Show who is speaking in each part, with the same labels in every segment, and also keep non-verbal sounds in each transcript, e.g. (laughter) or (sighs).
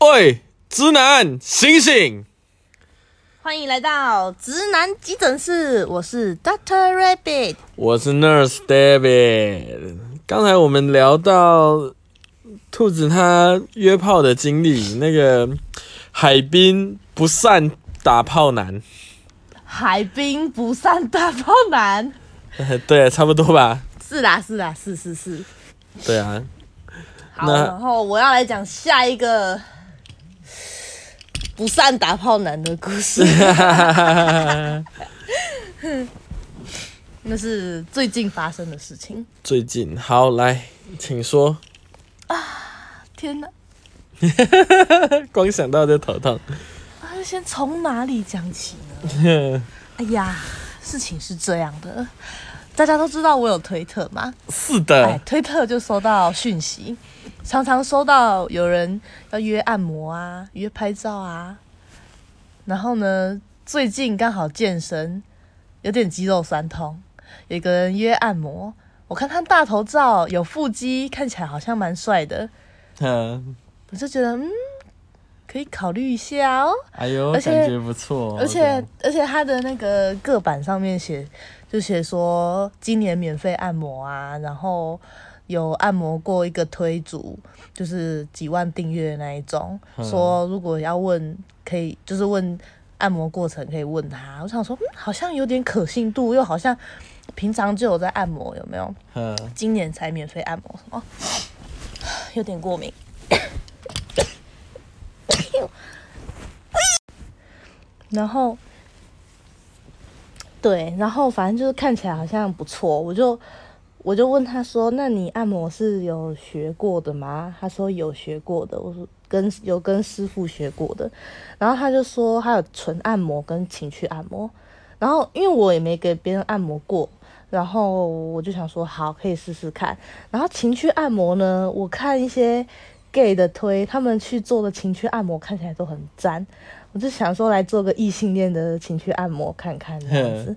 Speaker 1: 喂，直男，醒醒！
Speaker 2: 欢迎来到直男急诊室，我是 Doctor Rabbit。
Speaker 1: 我是 Nurse David。刚才我们聊到兔子他约炮的经历，那个海滨不善打炮男， (laughs)
Speaker 2: 海滨不善大炮男，
Speaker 1: 对，差不多吧？
Speaker 2: 是啦是啦是是是。
Speaker 1: 对啊， (laughs)
Speaker 2: 好，
Speaker 1: 那
Speaker 2: 然后我要来讲下一个不善打炮男的故事，
Speaker 1: (laughs)
Speaker 2: 那是最近发生的事情。
Speaker 1: 最近好来，请说。
Speaker 2: 天哪，
Speaker 1: 光想到就头痛。
Speaker 2: 啊先从哪里讲起呢？哎呀，事情是这样的，大家都知道我有推特嘛，
Speaker 1: 是
Speaker 2: 哎
Speaker 1: 的，，
Speaker 2: 推特就收到讯息，常常收到有人要约按摩啊，约拍照啊。然后呢，最近刚好健身，有点肌肉酸痛，有个人约按摩，我看他大头照有腹肌，看起来好像蛮帅的，
Speaker 1: 嗯，
Speaker 2: 我就觉得嗯，可以考虑一下哦。
Speaker 1: 哎呦，
Speaker 2: 而且
Speaker 1: 感觉不错哦。
Speaker 2: 而且而且他的那个个板上面写，就写说今年免费按摩啊，然后有按摩过一个推主，就是几万订阅的那一种，说如果要问可以，就是问按摩过程可以问他。我想说，嗯，好像有点可信度，又好像平常就有在按摩，有没有？
Speaker 1: 对，嗯，
Speaker 2: 今年才免费按摩哦， (sighs) 有点过敏。 (coughs) 然后，对，然后反正就是看起来好像不错，我就我就问他说：“那你按摩是有学过的吗？”他说有学过的，我说跟有跟师傅学过的，然后他就说他有纯按摩跟情趣按摩，然后因为我也没给别人按摩过，然后我就想说好可以试试看。然后情趣按摩呢，我看一些 gay 的推，他们去做的情趣按摩看起来都很赞，我就想说来做个异性恋的情趣按摩看看这样子。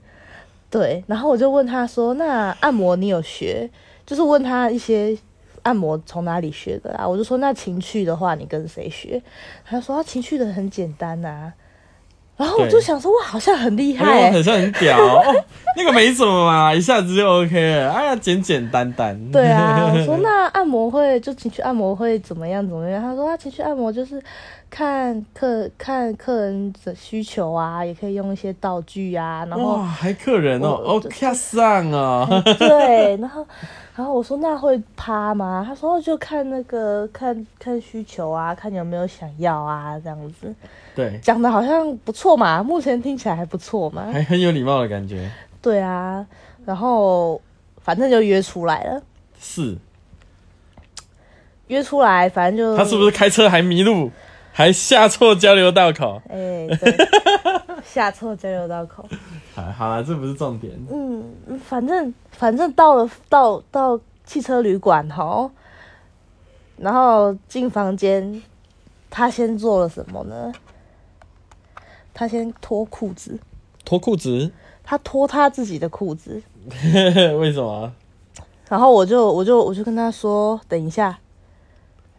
Speaker 2: 对，然后我就问他说：“那按摩你有学？”就是问他一些按摩从哪里学的啊？我就说：“那情趣的话，你跟谁学？”他说：“啊，情趣的很简单呐、然后我就
Speaker 1: 对
Speaker 2: 想说：“哇，好像很厉害、
Speaker 1: 哎呦，
Speaker 2: 欸。
Speaker 1: 很像很屌哦，那个没什么嘛，一下子就 OK 了。哎呀，简简单单。
Speaker 2: 对啊，
Speaker 1: (laughs)
Speaker 2: 我说那按摩会就情趣按摩会怎么样怎么样？他说他啊情趣按摩就是看客看客人的需求啊，也可以用一些道具啊，然后
Speaker 1: 哇，还客人哦，
Speaker 2: 我嗯
Speaker 1: 哦，卡上哦，
Speaker 2: 对，然后然后我说那会趴吗？他说哦就看那个看看需求啊，看有没有想要啊这样子，
Speaker 1: (laughs) 对，
Speaker 2: 讲的好像不错嘛，目前听起来还不错嘛。
Speaker 1: 还很有礼貌的感觉，
Speaker 2: 对啊，然后反正就约出来了，
Speaker 1: 是
Speaker 2: 约出来反正就
Speaker 1: 他是不是开车还迷路，还下错交流道口？
Speaker 2: 哎、
Speaker 1: (laughs)
Speaker 2: 对，下错交流道口。
Speaker 1: 好，好了，这不是重点，
Speaker 2: 嗯，反正反正到了到到汽车旅馆吼，然后进房间，他先做了什么呢？他先脱裤子，
Speaker 1: 脱裤子， (laughs)
Speaker 2: 他脱他自己的裤子，
Speaker 1: 为什么？
Speaker 2: 然后我就我就我就跟他说，等一下，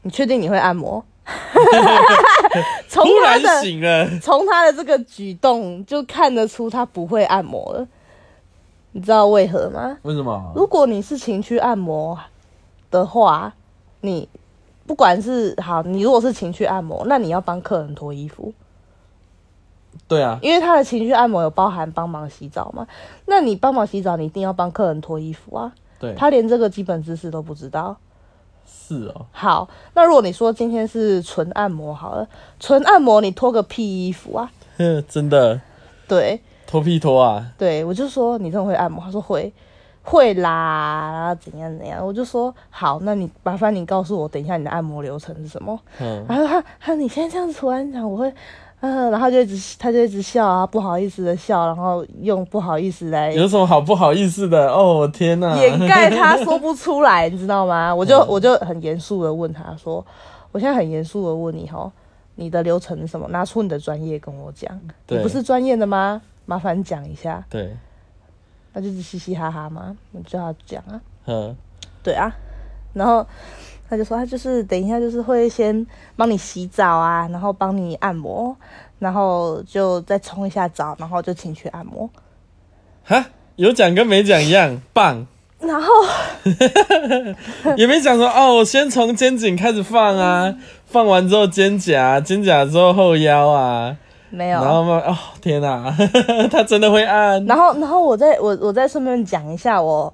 Speaker 2: 你确定你会按摩？ (laughs) 从
Speaker 1: 突
Speaker 2: 他
Speaker 1: 然
Speaker 2: 的
Speaker 1: 醒了，
Speaker 2: 从他的这个举动就看得出他不会按摩了，你知道为何吗？
Speaker 1: 为什么？
Speaker 2: 如果你是情趣按摩的话，你不管是好，你如果是情趣按摩，那你要帮客人脱衣服，
Speaker 1: 对啊，
Speaker 2: 因为他的情趣按摩有包含帮忙洗澡嘛。那你帮忙洗澡，你一定要帮客人脱衣服啊。
Speaker 1: 对，
Speaker 2: 他连这个基本知识都不知道。
Speaker 1: 是哦， (laughs)
Speaker 2: 好，那如果你说今天是纯按摩好了，纯按摩你脱个屁衣服啊？
Speaker 1: 哼真的
Speaker 2: 对，
Speaker 1: 脱屁脱啊，
Speaker 2: 对，我就说你真的会按摩，他说会，会啦，然后怎样怎样，我就说好，那你麻烦你告诉我，等一下你的按摩流程是什么？
Speaker 1: 嗯，
Speaker 2: 然后他他你现在这样子突然讲，我会，嗯、然后就一直他就一直笑啊，不好意思的笑，然后用不好意思来
Speaker 1: 有什么好不好意思的？哦，我天哪，
Speaker 2: 掩盖他说不出来，你知道吗？我就
Speaker 1: 嗯
Speaker 2: 我就很严肃的问他说，我现在很严肃的问你吼，你的流程是什么？拿出你的专业跟我讲，你
Speaker 1: 对
Speaker 2: 不是专业的吗？麻烦讲一下。
Speaker 1: 对，
Speaker 2: 他就是嘻嘻哈哈嘛，我叫他讲啊，
Speaker 1: 嗯，
Speaker 2: 对啊，然后他就说他就是等一下就是会先帮你洗澡啊，然后帮你按摩，然后就再冲一下澡，然后就请去按摩。
Speaker 1: 哈，有讲跟没讲一样，棒。
Speaker 2: 然后
Speaker 1: 也没讲说哦，我先从肩颈开始放啊，放完之后肩胛，啊肩胛之后后腰啊，
Speaker 2: (laughs) 没有，
Speaker 1: 然后慢慢哦，天哪、 (laughs) 他真的会按，
Speaker 2: 然后，然后我再我我再顺便讲一下，我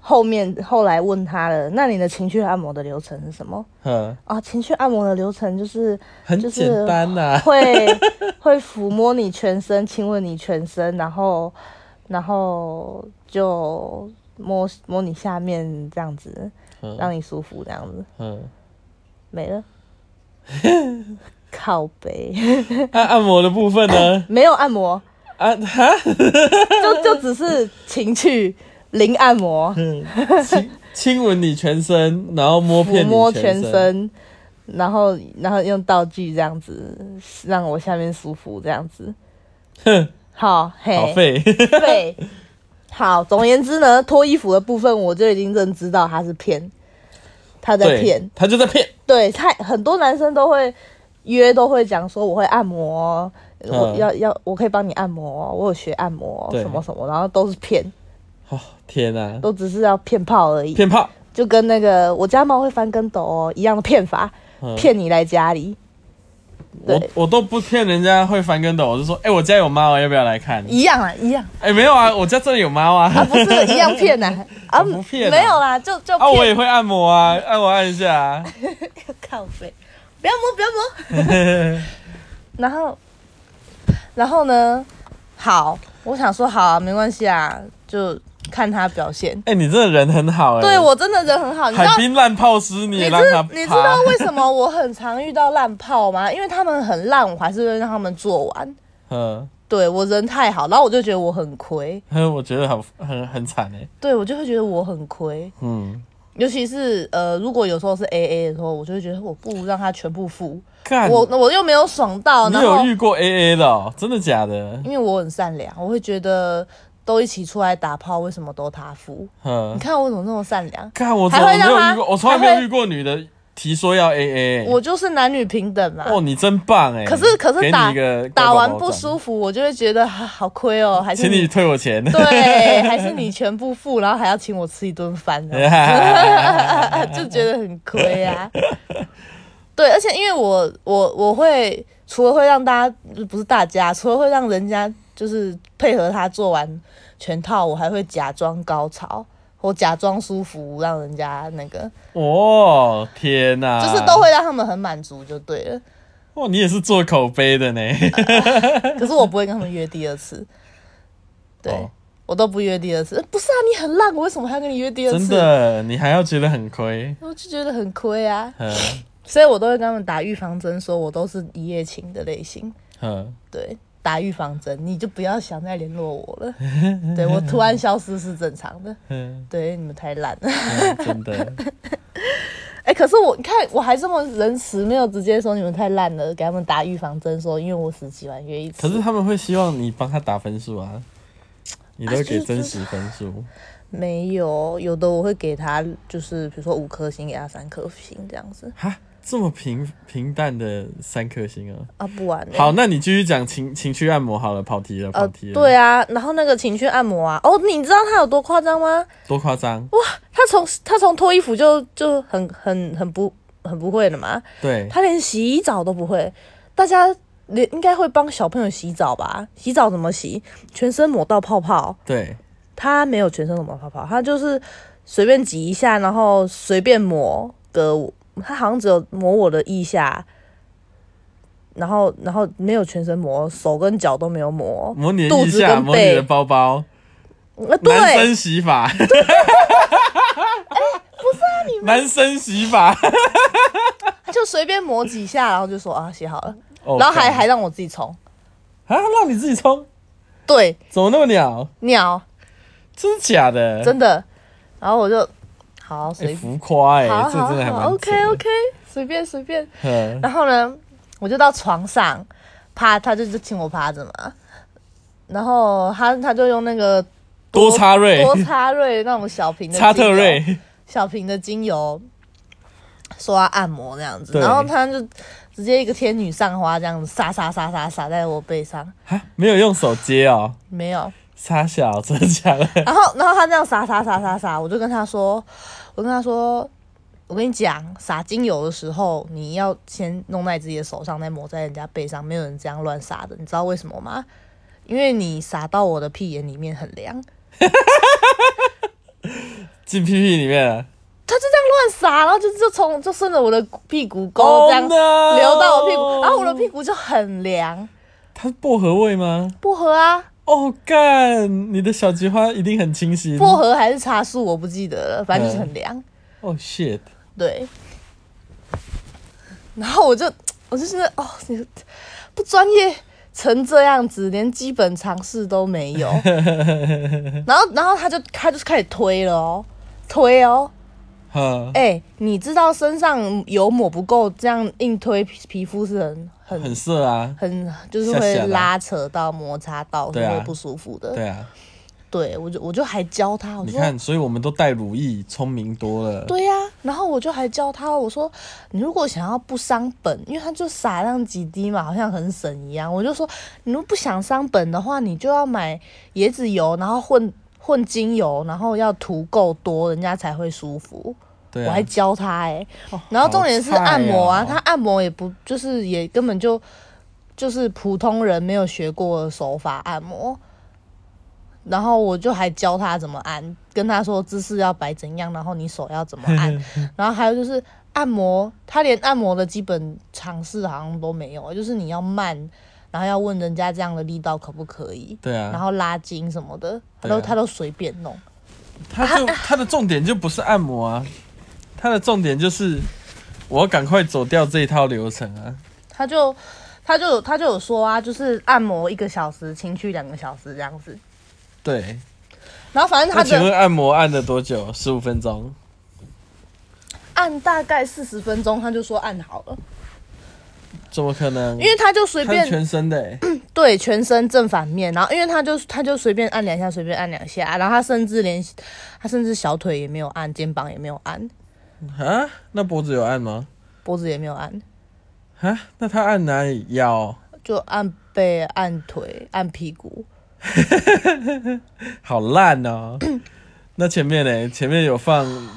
Speaker 2: 后面后来问他了，那你的情绪按摩的流程是什么
Speaker 1: 嗯，
Speaker 2: 啊？情绪按摩的流程就是
Speaker 1: 很简单呐、
Speaker 2: 会 (laughs) 会抚摸你全身，亲吻你全身，然后然后就摸摸你下面这样子，
Speaker 1: 嗯
Speaker 2: 让你舒服这样子，
Speaker 1: 嗯，
Speaker 2: 没了。靠背
Speaker 1: 啊按按摩的部分呢，
Speaker 2: 没有按摩，
Speaker 1: 啊哈，
Speaker 2: 就就只是情趣零按摩。
Speaker 1: 嗯亲亲吻你全身，然后摸
Speaker 2: 抚
Speaker 1: 遍
Speaker 2: 摸
Speaker 1: 你
Speaker 2: 全
Speaker 1: 身，
Speaker 2: 身，然后然后用道具这样子让我下面舒服这样子。
Speaker 1: 哼，
Speaker 2: 好，嘿，
Speaker 1: 好废， (laughs)
Speaker 2: 废好，总而言之呢，脱衣服的部分我就已经认知到他是骗，他在骗
Speaker 1: 对。，他就在骗，
Speaker 2: 对，太很多男生都会约都会讲说我会按摩哦，我
Speaker 1: 嗯
Speaker 2: 要要我可以帮你按摩哦，我有学按摩哦
Speaker 1: 对
Speaker 2: 什么什么，然后都是骗，
Speaker 1: 哦，天哪、
Speaker 2: 都只是要骗炮而已，
Speaker 1: 骗炮，
Speaker 2: 就跟那个我家猫会翻跟斗哦一样的骗法。
Speaker 1: 嗯、
Speaker 2: 骗你来家里，
Speaker 1: 我
Speaker 2: 对
Speaker 1: 我都不骗人家会翻跟斗，我就说，哎、我家有猫，要不要来看？
Speaker 2: 一样啊，一样
Speaker 1: 哎、没有啊，我家这里有猫啊。
Speaker 2: (laughs) 啊，不是一样
Speaker 1: (laughs)
Speaker 2: 骗呐啊，
Speaker 1: 不骗啊
Speaker 2: 没有啦，就就
Speaker 1: 啊，我
Speaker 2: 骗、
Speaker 1: 也会按摩啊，按我按一下啊。
Speaker 2: 靠背，不要摸，不要摸。 (laughs) 然后，然后呢？好，我想说好啊，没关系啊，就看他表现。
Speaker 1: 哎、你这人很好哎、
Speaker 2: 对我真的人很好，你知道
Speaker 1: 海滨烂泡师，你
Speaker 2: 你
Speaker 1: 也
Speaker 2: 知
Speaker 1: 让他
Speaker 2: 道
Speaker 1: 爬
Speaker 2: 你知道为什么我很常遇到烂炮吗？因为他们很烂，我还是会让他们做完。
Speaker 1: 嗯，
Speaker 2: 对我人太好，然后我就觉得我很亏，
Speaker 1: 哼我觉得很很很惨哎、
Speaker 2: 对我就会觉得我很亏。
Speaker 1: 嗯，
Speaker 2: 尤其是呃，如果有时候是 A A 的时候，我就会觉得我不如让他全部付，
Speaker 1: 干，
Speaker 2: 我我又没有爽到，
Speaker 1: 你
Speaker 2: 然
Speaker 1: 有
Speaker 2: 后
Speaker 1: 遇过 AA 的、哦？真的假的？
Speaker 2: 因为我很善良，我会觉得都一起出来打炮，为什么都他付？
Speaker 1: 嗯
Speaker 2: 你，看我怎么那么善良？
Speaker 1: 干，我从
Speaker 2: 还
Speaker 1: 来
Speaker 2: 会
Speaker 1: 没
Speaker 2: 让
Speaker 1: 有
Speaker 2: 他
Speaker 1: 遇过，我从来没
Speaker 2: 还
Speaker 1: 有
Speaker 2: 会
Speaker 1: 遇过女的提说要 AA、
Speaker 2: 我就是男女平等嘛。
Speaker 1: 哦，你真棒哎、
Speaker 2: 可是可
Speaker 1: 给
Speaker 2: 是
Speaker 1: 你
Speaker 2: 打
Speaker 1: 一个
Speaker 2: 打完
Speaker 1: 乖宝宝
Speaker 2: 不
Speaker 1: 赞
Speaker 2: 舒服，我就会觉得啊好亏哦，还是
Speaker 1: 请你退我钱。 (laughs)
Speaker 2: 对，还是你全部付，然后还要请我吃一顿
Speaker 1: (laughs)
Speaker 2: 饭呢。就觉得很亏啊。对，而且因为我我我会除了会让大家不是大家，除了会让人家就是配合他做完全套，我还会假装高潮或假装舒服，让人家那个、
Speaker 1: 哦，天哪、
Speaker 2: 就是都会让他们很满足就对了。
Speaker 1: 哦，你也是做口碑的呢。
Speaker 2: 可是我不会跟他们约第二次，对、
Speaker 1: 哦
Speaker 2: 我都不约第二次。不是啊，你很烂，我为什么还要跟你约第二
Speaker 1: 真
Speaker 2: 次？
Speaker 1: 的，你还要觉得很亏。
Speaker 2: 我就觉得很亏啊，
Speaker 1: 嗯
Speaker 2: 所以我都会跟他们打预防针，说我都是一夜情的类型。
Speaker 1: 嗯，
Speaker 2: 对，打预防针，你就不要想再联络我了。 (laughs) 对我突然消失是正常的，
Speaker 1: (laughs) 嗯
Speaker 2: 对你们太烂了。 (laughs)
Speaker 1: 嗯真的，
Speaker 2: 哎、可是我你看我还这么仁慈，没有直接说你们太烂了，给他们打预防针，说因为我只喜欢约一次。
Speaker 1: 可是他们会希望你帮他打分数啊，你都
Speaker 2: 啊就
Speaker 1: 给
Speaker 2: 是
Speaker 1: 真实分数。
Speaker 2: 啊没有，有的我会给他，就是比如说五颗星，给他三颗星这样子
Speaker 1: 哈，这么平平淡的三颗星啊。
Speaker 2: 啊，不玩了。
Speaker 1: 好，那你继续讲情情趣按摩好了，跑题了，跑
Speaker 2: 呃
Speaker 1: 题，了。
Speaker 2: 对，啊，然后那个情趣按摩啊，哦，你知道他有多夸张吗？
Speaker 1: 多夸张。
Speaker 2: 他从他从脱衣服就就很很很不很不会了嘛，
Speaker 1: 对，
Speaker 2: 他连洗澡都不会。大家连应该会帮小朋友洗澡吧？洗澡怎么洗？全身抹到泡泡，
Speaker 1: 对，
Speaker 2: 他没有全身抹泡泡，他就是随便挤一下，然后随便抹个，他好像只有抹我的腋下。然后，然后没有全身抹，手跟脚都没有抹，
Speaker 1: 模拟
Speaker 2: 肚
Speaker 1: 一
Speaker 2: 子
Speaker 1: 下，
Speaker 2: 跟
Speaker 1: 模拟
Speaker 2: 背
Speaker 1: 的包包，
Speaker 2: 呃，对，
Speaker 1: 男生洗法。哎，不 (laughs) 是啊，你男生洗法，
Speaker 2: 他就随便抹几下，然后就说啊，洗好了，
Speaker 1: 哦
Speaker 2: 然后还
Speaker 1: 干
Speaker 2: 还让我自己冲，
Speaker 1: 啊，让你自己冲，
Speaker 2: 对，
Speaker 1: 怎么那么鸟？
Speaker 2: 鸟
Speaker 1: 真的假的？
Speaker 2: 真的，然后我就好
Speaker 1: 哎、
Speaker 2: 随
Speaker 1: 浮夸哎、
Speaker 2: 好
Speaker 1: 这个
Speaker 2: 好
Speaker 1: 真的还蛮
Speaker 2: 好，OK
Speaker 1: 扯的
Speaker 2: OK，随便随便。
Speaker 1: 嗯
Speaker 2: 然后呢，我就到床上趴，他就就请我趴着嘛。然后他他就用那个
Speaker 1: 多插瑞、
Speaker 2: 多擦瑞那种小瓶
Speaker 1: (laughs)
Speaker 2: 的
Speaker 1: 插特
Speaker 2: 精油
Speaker 1: 瑞，
Speaker 2: 小瓶的精油，说要按摩这样子，
Speaker 1: 对
Speaker 2: 然后他就直接一个天女散花这样子撒撒撒撒撒在我背上，
Speaker 1: 啊，没有用手接哦，
Speaker 2: 没有。
Speaker 1: 傻小，真的假的？
Speaker 2: (laughs)
Speaker 1: (laughs)
Speaker 2: 然后然后他这样撒撒撒撒撒，我就跟他说，我跟他说，我跟你讲，撒精油的时候你要先弄在自己的手上，再抹在人家背上，没有人这样乱撒的，你知道为什么吗？因为你撒到我的屁眼里面很凉，
Speaker 1: 进屁屁里面啊了
Speaker 2: 他就这样乱撒，然后就就从就顺着我的屁股沟
Speaker 1: Oh
Speaker 2: 这样
Speaker 1: no
Speaker 2: 流到我屁股，然后我的屁股就很凉，
Speaker 1: 它是薄荷味吗？
Speaker 2: 薄荷啊，
Speaker 1: 哦，干，你的小菊花一定很清新。
Speaker 2: 薄荷还是茶树，我不记得了，反正就是很凉。
Speaker 1: 哦，shit，
Speaker 2: 对。然后我就我就觉得哦，你不专业成这样子，连基本常识都没
Speaker 1: (laughs)
Speaker 2: 有。然后然后他就他就开始推了哦，推哦，
Speaker 1: 哈，
Speaker 2: 哎、你知道身上油抹不够，这样硬推皮皮肤是很很
Speaker 1: 很色啊。
Speaker 2: 很就
Speaker 1: 下
Speaker 2: 是
Speaker 1: 下
Speaker 2: 会
Speaker 1: 来
Speaker 2: 拉扯到摩擦到，是
Speaker 1: 对啊
Speaker 2: 会不舒服的。
Speaker 1: 对啊，
Speaker 2: 对我就我就还教他，我
Speaker 1: 你
Speaker 2: 说
Speaker 1: 看，所以我们都带乳液，聪明多了。
Speaker 2: 对呀、然后我就还教他，我说你如果想要不伤本，因为他就撒上几滴嘛，好像很省一样。我就说你如果不想伤本的话，你就要买椰子油，然后混混精油，然后要涂够多，人家才会舒服。
Speaker 1: 对啊
Speaker 2: 我
Speaker 1: 哦
Speaker 2: 还，教他哎、然后重点是按摩啊，
Speaker 1: 好菜
Speaker 2: 他
Speaker 1: 哦
Speaker 2: 按摩也不就是也根本就就是普通人没有学过的手法按摩。然后我就还教他怎么按，跟他说姿势要摆怎样，然后你手要怎么
Speaker 1: (laughs)
Speaker 2: 按，然后还有就是按摩，他连按摩的基本常识好像都没有，啊就是你要慢，然后要问人家这样的力道可不可以，
Speaker 1: 对
Speaker 2: 然
Speaker 1: 啊，
Speaker 2: 后拉筋什么的，他都、
Speaker 1: 对啊
Speaker 2: 他都随便弄。
Speaker 1: 它就它的重点就不是按摩啊，它的重点就是我要赶快走掉这一套流程啊。
Speaker 2: 他就他就有他就有说啊，就是按摩一个小时，情趣两个小时这样子。
Speaker 1: 对，
Speaker 2: 然后反正他
Speaker 1: 那请问
Speaker 2: 的
Speaker 1: 按摩按了多久？十五分钟。
Speaker 2: 按大概四十分钟，他就说按好了，
Speaker 1: 怎么可能？
Speaker 2: 因为他就随
Speaker 1: 它是
Speaker 2: 便
Speaker 1: 全身的、欸，
Speaker 2: 对全身正反面，然后因为他就他就随便按两下，随便按两下，然后他甚至连他甚至小腿也没有按，肩膀也没有按，
Speaker 1: 啊？那脖子有按吗？
Speaker 2: 脖子也没有按，
Speaker 1: 啊？那他按哪里？腰？
Speaker 2: 就按背、按腿、按屁股。
Speaker 1: 好烂哦。那前面呢？前面有放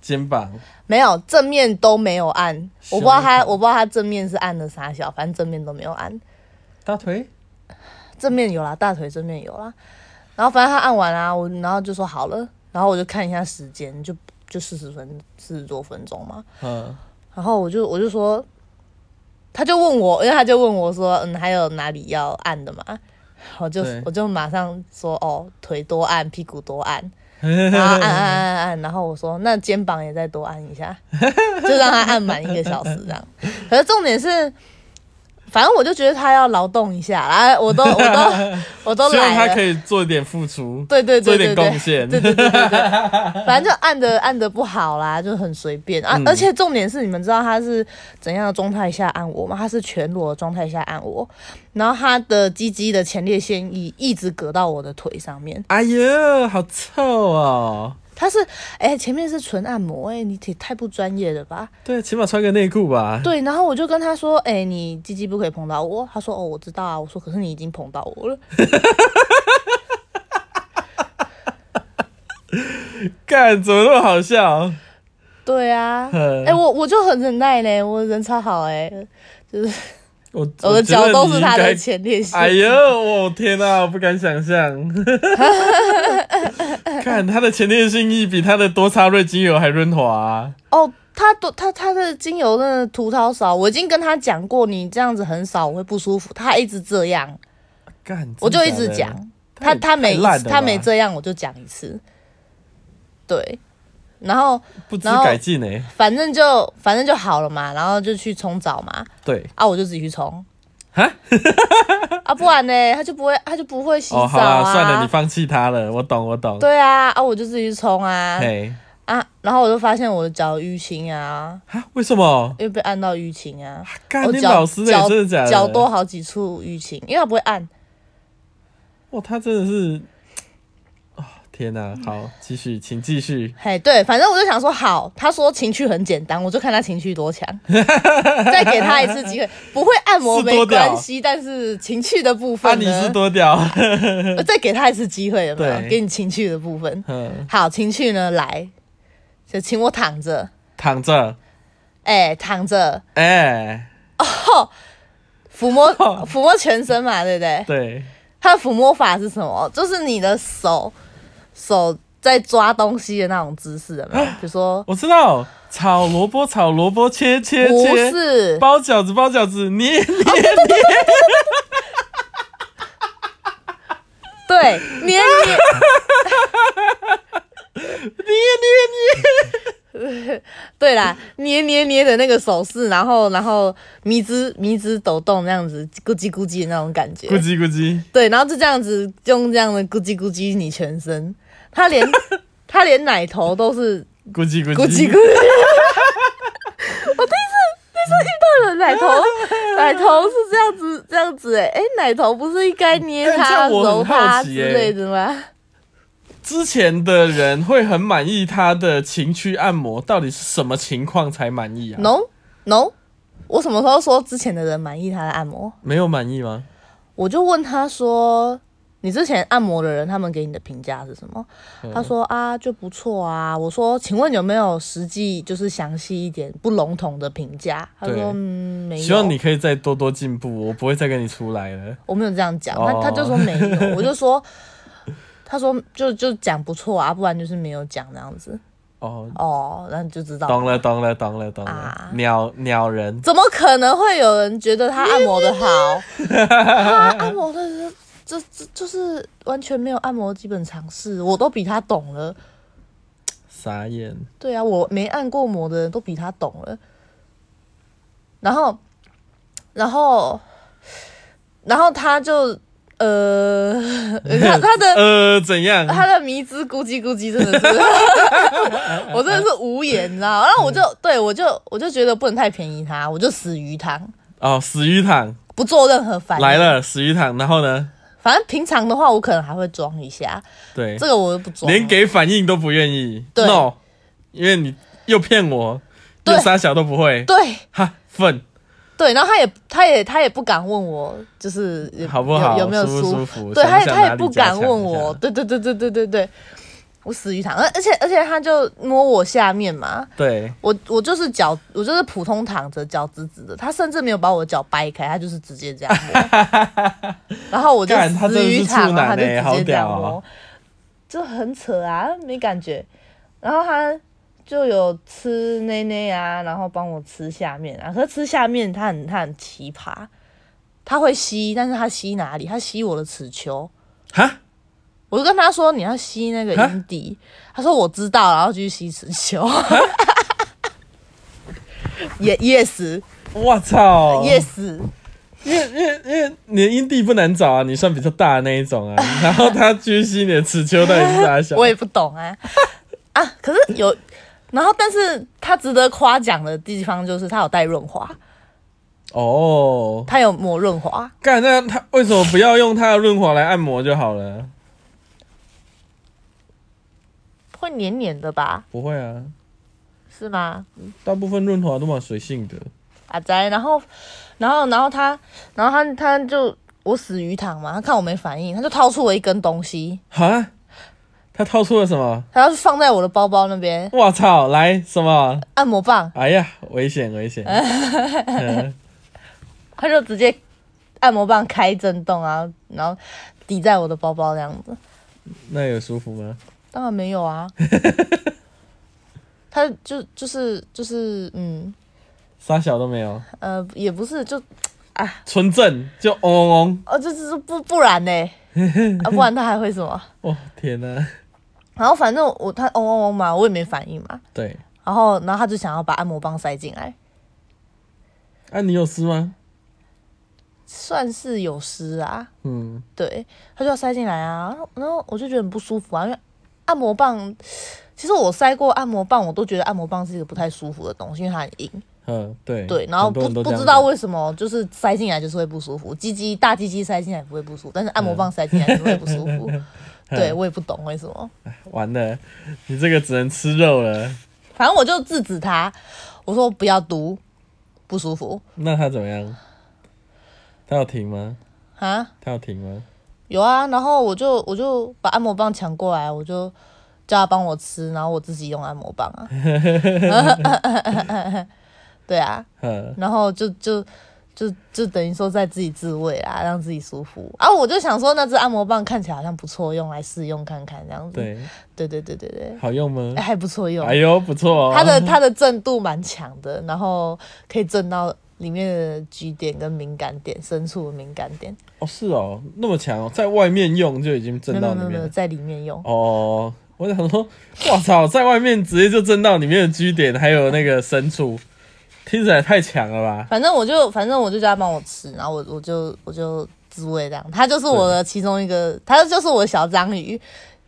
Speaker 1: 肩膀，
Speaker 2: 没有正面都没有按，我
Speaker 1: 胸
Speaker 2: 不知道他
Speaker 1: 口
Speaker 2: 我不知道他正面是按的啥小，反正正面都没有按。
Speaker 1: 大腿。
Speaker 2: 正面有啦，大腿正面有啦。然后反正他按完啦、啊我然后就说好了，然后我就看一下时间，就就四十分四十多分钟嘛。
Speaker 1: 嗯，
Speaker 2: (laughs) 然后我就我就说，他就问我，因为他就问我说，嗯，还有哪里要按的嘛？我就
Speaker 1: 对
Speaker 2: 我就马上说，哦，腿多按，屁股多按，然
Speaker 1: (laughs)
Speaker 2: 后按按按按按，然后我说那肩膀也再多按一下， (laughs) 就让他按满一个小时这样。可是重点是。反正我就觉得他要劳动一下，然后我都我
Speaker 1: (laughs)
Speaker 2: 都我都
Speaker 1: 希望
Speaker 2: 来
Speaker 1: 他
Speaker 2: 了
Speaker 1: 可，以做一点付出，
Speaker 2: 对对
Speaker 1: 做
Speaker 2: 对
Speaker 1: 一点
Speaker 2: 对对
Speaker 1: 贡，献。
Speaker 2: 对对对对对，反正就按的按的不好啦，就很随便
Speaker 1: 嗯
Speaker 2: 啊。而且重点是，你们知道他是怎样的状态下按我吗？他是全裸的状态下按我，然后他的鸡鸡的前列腺一一直隔到我的腿上面。
Speaker 1: 哎呦，好臭哦！
Speaker 2: 他是哎、前面是纯按摩哎、你也太不专业了吧？
Speaker 1: 对，起码穿个内裤吧。
Speaker 2: 对，然后我就跟他说，哎、你鸡鸡不可以碰到我。他说哦，我知道啊。我说可是你已经碰到我了。
Speaker 1: 干，怎么那么好笑？ (laughs)
Speaker 2: 对啊，哎、
Speaker 1: 嗯
Speaker 2: 我我就很忍耐嘞，我人超好哎、就是
Speaker 1: 我
Speaker 2: 我的脚都是他的。
Speaker 1: 我觉得你应
Speaker 2: 前列
Speaker 1: 该
Speaker 2: 腺。
Speaker 1: 哎呦，我天哪、我不敢想象。 (laughs) 看他的前列腺液比他的多叉瑞精油还润滑啊、
Speaker 2: 哦，他都他他的精油真的涂超少，我已经跟他讲过，你这样子很少我会不舒服。他还一直这样，
Speaker 1: 干，
Speaker 2: 我就一直
Speaker 1: 真的假的
Speaker 2: 讲，他
Speaker 1: 太
Speaker 2: 他每
Speaker 1: 太
Speaker 2: 一
Speaker 1: 烂
Speaker 2: 次
Speaker 1: 了
Speaker 2: 他
Speaker 1: 吧
Speaker 2: 每这样我就讲一次，对，然后
Speaker 1: 不知
Speaker 2: 然后
Speaker 1: 改进欸呢、
Speaker 2: 反正就反正就好了嘛，然后就去冲澡嘛，
Speaker 1: 对，
Speaker 2: 啊，我就自己去冲
Speaker 1: 哈。 (laughs)
Speaker 2: 啊，不然呢，他就不会，他就不会洗澡
Speaker 1: 哦，好
Speaker 2: 啊。
Speaker 1: 啦，算了，你放弃他了，我懂，我懂。
Speaker 2: 对啊，啊，我就自己去冲啊
Speaker 1: 嘿，
Speaker 2: 啊，然后我就发现我的脚淤青啊，
Speaker 1: 啊，为什么？
Speaker 2: 因为被按到淤青啊。
Speaker 1: 干 (laughs)
Speaker 2: 我
Speaker 1: 你
Speaker 2: 脚
Speaker 1: 老师嘞，
Speaker 2: 脚
Speaker 1: 真的假的？
Speaker 2: 脚多好几处淤青，因为它不会按，
Speaker 1: 哇，他真的是啊，天哪、好，继续，请继续。
Speaker 2: 嘿，对，反正我就想说好，他说情趣很简单，我就看他情趣多
Speaker 1: (laughs)
Speaker 2: 强，再给他一次机会，不会按摩
Speaker 1: 是
Speaker 2: 没
Speaker 1: 多屌
Speaker 2: 关系，但是情趣的部
Speaker 1: 啊，
Speaker 2: 分
Speaker 1: 你
Speaker 2: 呢，
Speaker 1: 是多
Speaker 2: (laughs)
Speaker 1: 屌？
Speaker 2: 呃再给他一次机会，有没有？
Speaker 1: 对
Speaker 2: 给你情趣的部分，
Speaker 1: 嗯，
Speaker 2: 好，情趣呢来，就请我躺着，
Speaker 1: 躺着，
Speaker 2: 哎、躺着
Speaker 1: 哎、
Speaker 2: 抚摸抚摸全身嘛，对不对？
Speaker 1: 对，
Speaker 2: 它的抚摸法是什么？就是你的手手在抓东西的那种姿势，有没有？比如说，
Speaker 1: 我知道，炒萝卜，炒萝卜，切切
Speaker 2: 不
Speaker 1: 切，
Speaker 2: 是，
Speaker 1: 包饺子，包饺子，捏捏，
Speaker 2: 对，捏捏。对啦，捏捏捏的那个手势，然后然后迷之迷之抖动那样子，咕叽咕叽的那种感
Speaker 1: (laughs)
Speaker 2: 觉
Speaker 1: 咕。叽咕叽，
Speaker 2: 对，然后就这样子用这样的咕叽咕叽你全身，
Speaker 1: (laughs)
Speaker 2: 他连他连奶头都是
Speaker 1: 咕叽咕
Speaker 2: 咕叽
Speaker 1: 叽，
Speaker 2: 咕叽。我第一次第一次 (laughs) 遇到有
Speaker 1: (laughs)
Speaker 2: 奶头，奶头是这样子这样子哎、哎、奶头不是应该捏
Speaker 1: 但哎这
Speaker 2: 它、
Speaker 1: 样我很
Speaker 2: 揉它
Speaker 1: 好
Speaker 2: 之
Speaker 1: 奇欸
Speaker 2: 类的吗？
Speaker 1: 之前的人会很满意他的情趣按摩，到底是什么情况才满意啊？
Speaker 2: no no，我什么时候说之前的人满意他的按摩？
Speaker 1: 没有满意吗？
Speaker 2: 我就问他说：“你之前按摩的人，他们给你的评价是什么？”
Speaker 1: 嗯
Speaker 2: 他说：“啊，就不错啊。”我说：“请问有没有实际就是详细一点、不笼统的评价？”他
Speaker 1: 对
Speaker 2: 说：“嗯，没有。”
Speaker 1: 希望你可以再多多进步，我不会再跟你出来了。
Speaker 2: 我没有这样讲，
Speaker 1: 哦
Speaker 2: 他他就说没
Speaker 1: (laughs)
Speaker 2: 有，我就说。他说就就讲不错啊，不然就是没有讲那样子
Speaker 1: 哦，
Speaker 2: 哦，那你就知道
Speaker 1: 懂了，懂了，懂了，懂了
Speaker 2: 啊。
Speaker 1: 鸟鸟人，
Speaker 2: 怎么可能会有人觉得他按摩
Speaker 1: (laughs)
Speaker 2: 的好？他按摩的这这就是完全没有按摩基本常识，我都比他懂了。
Speaker 1: 傻眼。
Speaker 2: 对啊，我没按过摩的人都比他懂了。然后，然后，然后他就呃，他他
Speaker 1: (laughs)
Speaker 2: 的
Speaker 1: 呃，怎样？
Speaker 2: 他的迷之咕叽咕叽真的是， (laughs) 我真的是无言，你知道吗？然后我就
Speaker 1: 嗯
Speaker 2: 对我就我就觉得不能太便宜他，我就死鱼塘，
Speaker 1: 哦，死鱼躺
Speaker 2: 不做任何反应。
Speaker 1: 来，了，死鱼躺，然后呢？
Speaker 2: 反正平常的话我可能还会装一下，
Speaker 1: 对
Speaker 2: 这，个我就不装。
Speaker 1: 哎连给反应都不愿意。
Speaker 2: 对
Speaker 1: no，因为你又骗我，
Speaker 2: 对
Speaker 1: 又傻小都不会。
Speaker 2: 对
Speaker 1: 哈，愤，
Speaker 2: 对，然后他也他也他也不敢问我，就是有
Speaker 1: 好不好
Speaker 2: 有有没有
Speaker 1: 舒不舒服
Speaker 2: 服？对，
Speaker 1: 想不
Speaker 2: 他也
Speaker 1: 想
Speaker 2: 他
Speaker 1: 哪
Speaker 2: 也
Speaker 1: 里
Speaker 2: 不
Speaker 1: 加
Speaker 2: 敢
Speaker 1: 强
Speaker 2: 问
Speaker 1: 一下
Speaker 2: 我，对对对对对对对，我死鱼塘，而而且而且他就摸我下面嘛，
Speaker 1: 对，
Speaker 2: 我我就是脚，我就是普通躺着，脚直直的。他甚至没有把我的脚掰开，他就是直接这样
Speaker 1: (laughs)
Speaker 2: 摸。然后我就
Speaker 1: 干他真
Speaker 2: 死
Speaker 1: 的
Speaker 2: 鱼
Speaker 1: 是
Speaker 2: 躺
Speaker 1: 处
Speaker 2: 啊，他
Speaker 1: 男
Speaker 2: 就
Speaker 1: 欸
Speaker 2: 直接这样
Speaker 1: 好屌
Speaker 2: 摸，
Speaker 1: 哦
Speaker 2: 就很扯啊，没感觉。然后他就有吃内内啊，然后帮我吃下面啊。可是吃下面他很他很奇葩，他会吸，但是他吸哪里？他吸我的齿球。
Speaker 1: 哈，
Speaker 2: 我就跟他说你要吸那个
Speaker 1: 啊
Speaker 2: 阴蒂，他说我知道，然后继续吸齿球。 (laughs) 也 yes
Speaker 1: 我操，
Speaker 2: yes，
Speaker 1: 因为因为因为你的阴蒂不难找啊，你算比较大的那一种啊，
Speaker 2: (laughs)
Speaker 1: 然后他居心你的尺丘到底是啥小？
Speaker 2: 我也不懂啊啊！可是有，然后但是他值得夸奖的地方就是他有带润滑，
Speaker 1: 哦，
Speaker 2: 他有抹润滑，
Speaker 1: 干那他为什么不要用他的润滑来按摩就好了？
Speaker 2: 会黏黏的吧？
Speaker 1: 不会啊，
Speaker 2: 是吗？
Speaker 1: 大部分润滑都蛮随性的。
Speaker 2: 阿宅，然后，然后，然后他，然后他他就我死鱼塘嘛，他看我没反应，他就掏出了一根东西，
Speaker 1: 哈，他掏出了什么？
Speaker 2: 他要放在我的包包那边，
Speaker 1: 我操，来什么？
Speaker 2: 按摩棒。
Speaker 1: 哎呀，危险危
Speaker 2: (laughs)
Speaker 1: 险！嗯
Speaker 2: 他就直接按摩棒开震动啊，然后抵在我的包包这样子。
Speaker 1: 那有舒服吗？
Speaker 2: 当然没有啊，他就就是就是嗯
Speaker 1: 啥小都没有，
Speaker 2: 呃也不是就
Speaker 1: 纯正就嗡嗡嗡。
Speaker 2: 哦就是不不然呢、啊不然他还会什么？
Speaker 1: 哦天哪、
Speaker 2: 然后反正我他嗡嗡嗡嘛，我也没反应嘛。
Speaker 1: 对，
Speaker 2: 然后然后他就想要把按摩棒塞进来，
Speaker 1: 啊你有湿吗？
Speaker 2: 算是有湿啊，
Speaker 1: 嗯，
Speaker 2: 对，他就要塞进来啊，然后我就觉得很不舒服啊，因为按摩棒，其实我塞过按摩棒，我都觉得按摩棒是一个不太舒服的东西，因为它很硬，
Speaker 1: 嗯，对
Speaker 2: 对，然后
Speaker 1: 很多
Speaker 2: 不
Speaker 1: 人都
Speaker 2: 不
Speaker 1: 这样
Speaker 2: 知道为什么，就是塞
Speaker 1: 嗯 (laughs)
Speaker 2: 进来就是会不舒服，鸡鸡大鸡鸡塞进来不会不舒服，但是按摩棒塞进来就会不舒服，对我也不懂为什么，
Speaker 1: 完了，你这个只能吃肉了。
Speaker 2: 反正我就制止他，我说不要读，不舒服
Speaker 1: 那他怎么样？他有停吗？
Speaker 2: 啊。
Speaker 1: 他有停吗？
Speaker 2: 有啊，然后我就我就把按摩棒抢过来，我就叫他帮我吃，然后我自己用按摩棒啊。 (laughs) 对啊，
Speaker 1: 嗯，
Speaker 2: 然后就就就就等于说在自己自慰啊，让自己舒服啊。我就想说，那只按摩棒看起来好像不错，用来试用看看这样子。
Speaker 1: 对，
Speaker 2: 对对对对对，
Speaker 1: 好用吗
Speaker 2: 哎、？还不错用
Speaker 1: 哎，呦，不错哦。
Speaker 2: 它的它的震度蛮强的，然后可以震到里面的 G 点跟敏感点深处的敏感点，
Speaker 1: 哦是哦，那么强哦，在外面用就已经
Speaker 2: 没
Speaker 1: 震
Speaker 2: 有
Speaker 1: 到
Speaker 2: 没
Speaker 1: 里
Speaker 2: 有没
Speaker 1: 面
Speaker 2: 有
Speaker 1: 了。
Speaker 2: 在里面用。
Speaker 1: 哦，我想说，我操，在外面直接就震到里面的居点，还有那个深处，听起来太强了吧？
Speaker 2: 反正我就反正我就叫他帮我吃，然后我我就我就自慰这样。他就是我的其中一个，他就是我的小章鱼，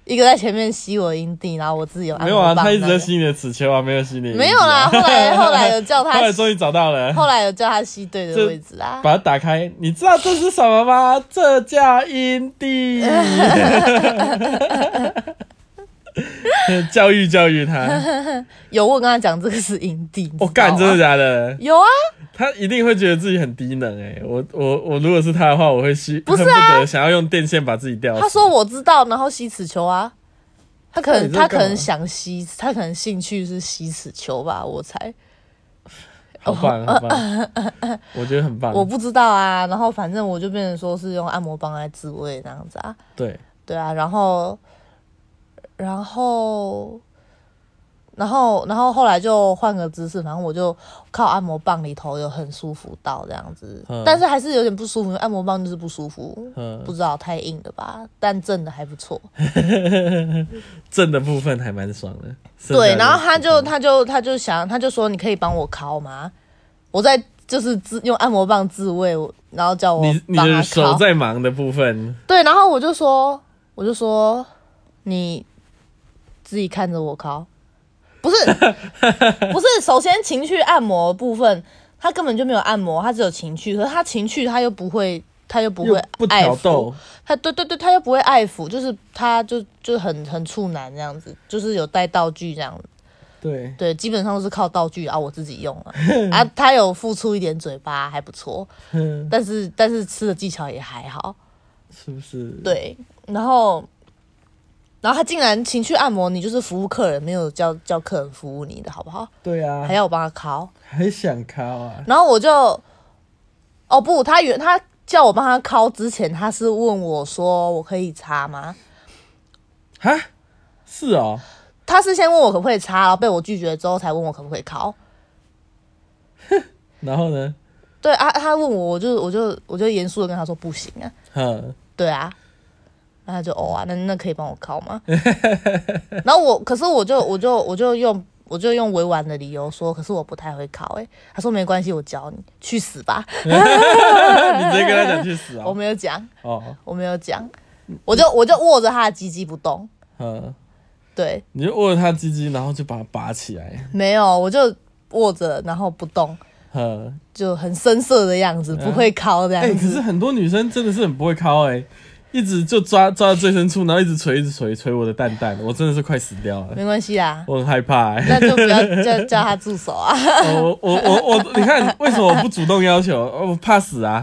Speaker 2: 一个在前面吸我阴蒂，然后我自己有按
Speaker 1: 没有啊，
Speaker 2: 摩棒
Speaker 1: 他
Speaker 2: 这
Speaker 1: 一
Speaker 2: 样
Speaker 1: 直
Speaker 2: 子。
Speaker 1: 在吸你的齿球啊，没有吸你的。
Speaker 2: 没有
Speaker 1: (laughs)
Speaker 2: 啦，后来后来有叫他
Speaker 1: 后来终于找到了，
Speaker 2: 后来有叫他吸对的
Speaker 1: 这
Speaker 2: 位置啊，
Speaker 1: 把它打开，你知道这是什么吗？这叫阴蒂。 (laughs) 教育教育
Speaker 2: 啊
Speaker 1: 他，
Speaker 2: 有我跟他讲这个是阴蒂，
Speaker 1: 我、干，真的
Speaker 2: 的
Speaker 1: 假的？
Speaker 2: 有啊，
Speaker 1: 他一定会觉得自己很低能哎、我我我如果是他的话，我会吸，
Speaker 2: 不是啊
Speaker 1: 恨不得想要用电线把自己吊死。
Speaker 2: 他说我知道，然后吸齿球啊。他可
Speaker 1: 那
Speaker 2: 能
Speaker 1: 你在
Speaker 2: 他可
Speaker 1: 干嘛
Speaker 2: 能想吸，他可能兴趣是吸齿球吧，我猜。
Speaker 1: 好
Speaker 2: 哦
Speaker 1: 棒，好棒，我觉得很棒。
Speaker 2: 我不知道啊，然后反正我就变成说是用按摩棒来自慰那样子啊，
Speaker 1: 对，
Speaker 2: 对啊，然后，然后，然后，然后后来就换个姿势，反正我就靠按摩棒里头有很舒服到这样子，
Speaker 1: 嗯
Speaker 2: 但是还是有点不舒服，因为按摩棒就是不舒服，
Speaker 1: 嗯
Speaker 2: 不，知道太硬了吧，但震的还不错，
Speaker 1: 正的部分还蛮爽的。剩下
Speaker 2: 对，
Speaker 1: 的
Speaker 2: 然后他就他就他就想他就说你可以帮我敲吗？我在就是自用按摩棒自慰，我然后叫我
Speaker 1: 你你
Speaker 2: 帮他
Speaker 1: 的
Speaker 2: 敲
Speaker 1: 手。在忙的部分，
Speaker 2: 对，然后我就说，我就说你自己看着我敲，不是不是，首先情绪按摩的部分，他根本就没有按摩，他只有情绪，可是他情绪他又不会，他又不
Speaker 1: 又
Speaker 2: 会
Speaker 1: 不
Speaker 2: 爱
Speaker 1: 挑
Speaker 2: 抚，
Speaker 1: 逗，
Speaker 2: 他对对对，他又不会爱抚，就是他就就很很处男这样子，就是有带道具这样子，
Speaker 1: 对，
Speaker 2: 对，基本上都是靠道具啊，我自己用
Speaker 1: (laughs)
Speaker 2: 了啊，他有付出一点嘴巴还不错，
Speaker 1: 嗯，
Speaker 2: 但是但是吃的技巧也还好，
Speaker 1: 是不是？，
Speaker 2: 对，然后，然后他竟然情绪按摩，你就是服务客人，没有叫叫客人服务你的好不好？
Speaker 1: 对啊，
Speaker 2: 还要我帮他敲，
Speaker 1: 还想靠啊，
Speaker 2: 然后我就，哦不，他原他叫我帮他敲之前，他是问我说我可以擦吗？
Speaker 1: 哈，是哦，
Speaker 2: 他是先问我可不可以擦，然后被我拒绝之后才问我可不可以敲。
Speaker 1: 然后呢，
Speaker 2: 对啊，他问我，我就我就我就严肃的跟他说不行啊， (laughs)
Speaker 1: 哼，
Speaker 2: 对啊，然后他就哦啊，那那可以帮我敲吗？ (laughs) 然后我，可是我就我就我就用我就用委婉的理由说，可是我不太会敲、欸。他说没关系，我教你，去死吧！
Speaker 1: 你直接跟他讲去死
Speaker 2: 我
Speaker 1: 哦，
Speaker 2: 没有讲，
Speaker 1: 哦，
Speaker 2: 我没有讲，我就我就握着他的鸡鸡不动。
Speaker 1: 嗯，
Speaker 2: 对，
Speaker 1: 你就握着他鸡鸡，然后就把它拔起来，
Speaker 2: 没有，我就握着然后不动，
Speaker 1: 哼，
Speaker 2: 就很生涩的样子，不会敲这
Speaker 1: 哎，
Speaker 2: 样
Speaker 1: 可
Speaker 2: 子。
Speaker 1: 是很多女生真的是很不会靠哎。一直就抓抓到最深处，然后一直捶，一直捶，捶我的蛋蛋，我真的是快死掉了。
Speaker 2: 没关系啦，
Speaker 1: 我很害怕、欸，
Speaker 2: 那就不要叫叫他住手啊。
Speaker 1: (laughs) 我我我我，你看为什么我不主动要求？哦我怕死啊！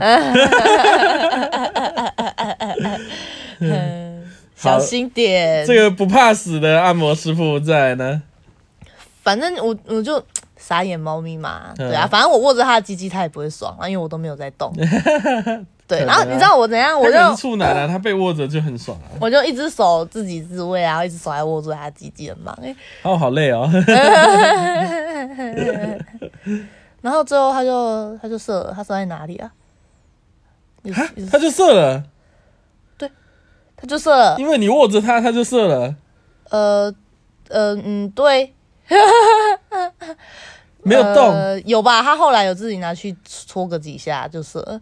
Speaker 2: 小心点。
Speaker 1: 这个不怕死的按摩师傅再来呢？
Speaker 2: 反正我我就傻眼猫咪嘛，
Speaker 1: 嗯
Speaker 2: 对啊，反正我握着它的鸡鸡，它也不会爽啊，因为我都没有在
Speaker 1: (laughs)
Speaker 2: 动。对，然后
Speaker 1: 可能啊
Speaker 2: 你知道我怎样？我
Speaker 1: (laughs) 他可能是
Speaker 2: 就
Speaker 1: 处男啊，他被握着就很爽啊。
Speaker 2: 我就一只手自己自慰啊，然后一只手还握住它的鸡鸡，很忙、欸。
Speaker 1: 哦，好累哦。
Speaker 2: 然后最后它就它就射了，它射在哪里啊？你
Speaker 1: 哈
Speaker 2: 你
Speaker 1: 他就射了，
Speaker 2: 它就射了，
Speaker 1: 因为你握着他，他就射了。
Speaker 2: 呃呃嗯，对，
Speaker 1: 没有动，
Speaker 2: 呃，有吧？它后来有自己拿去搓个几下就射了。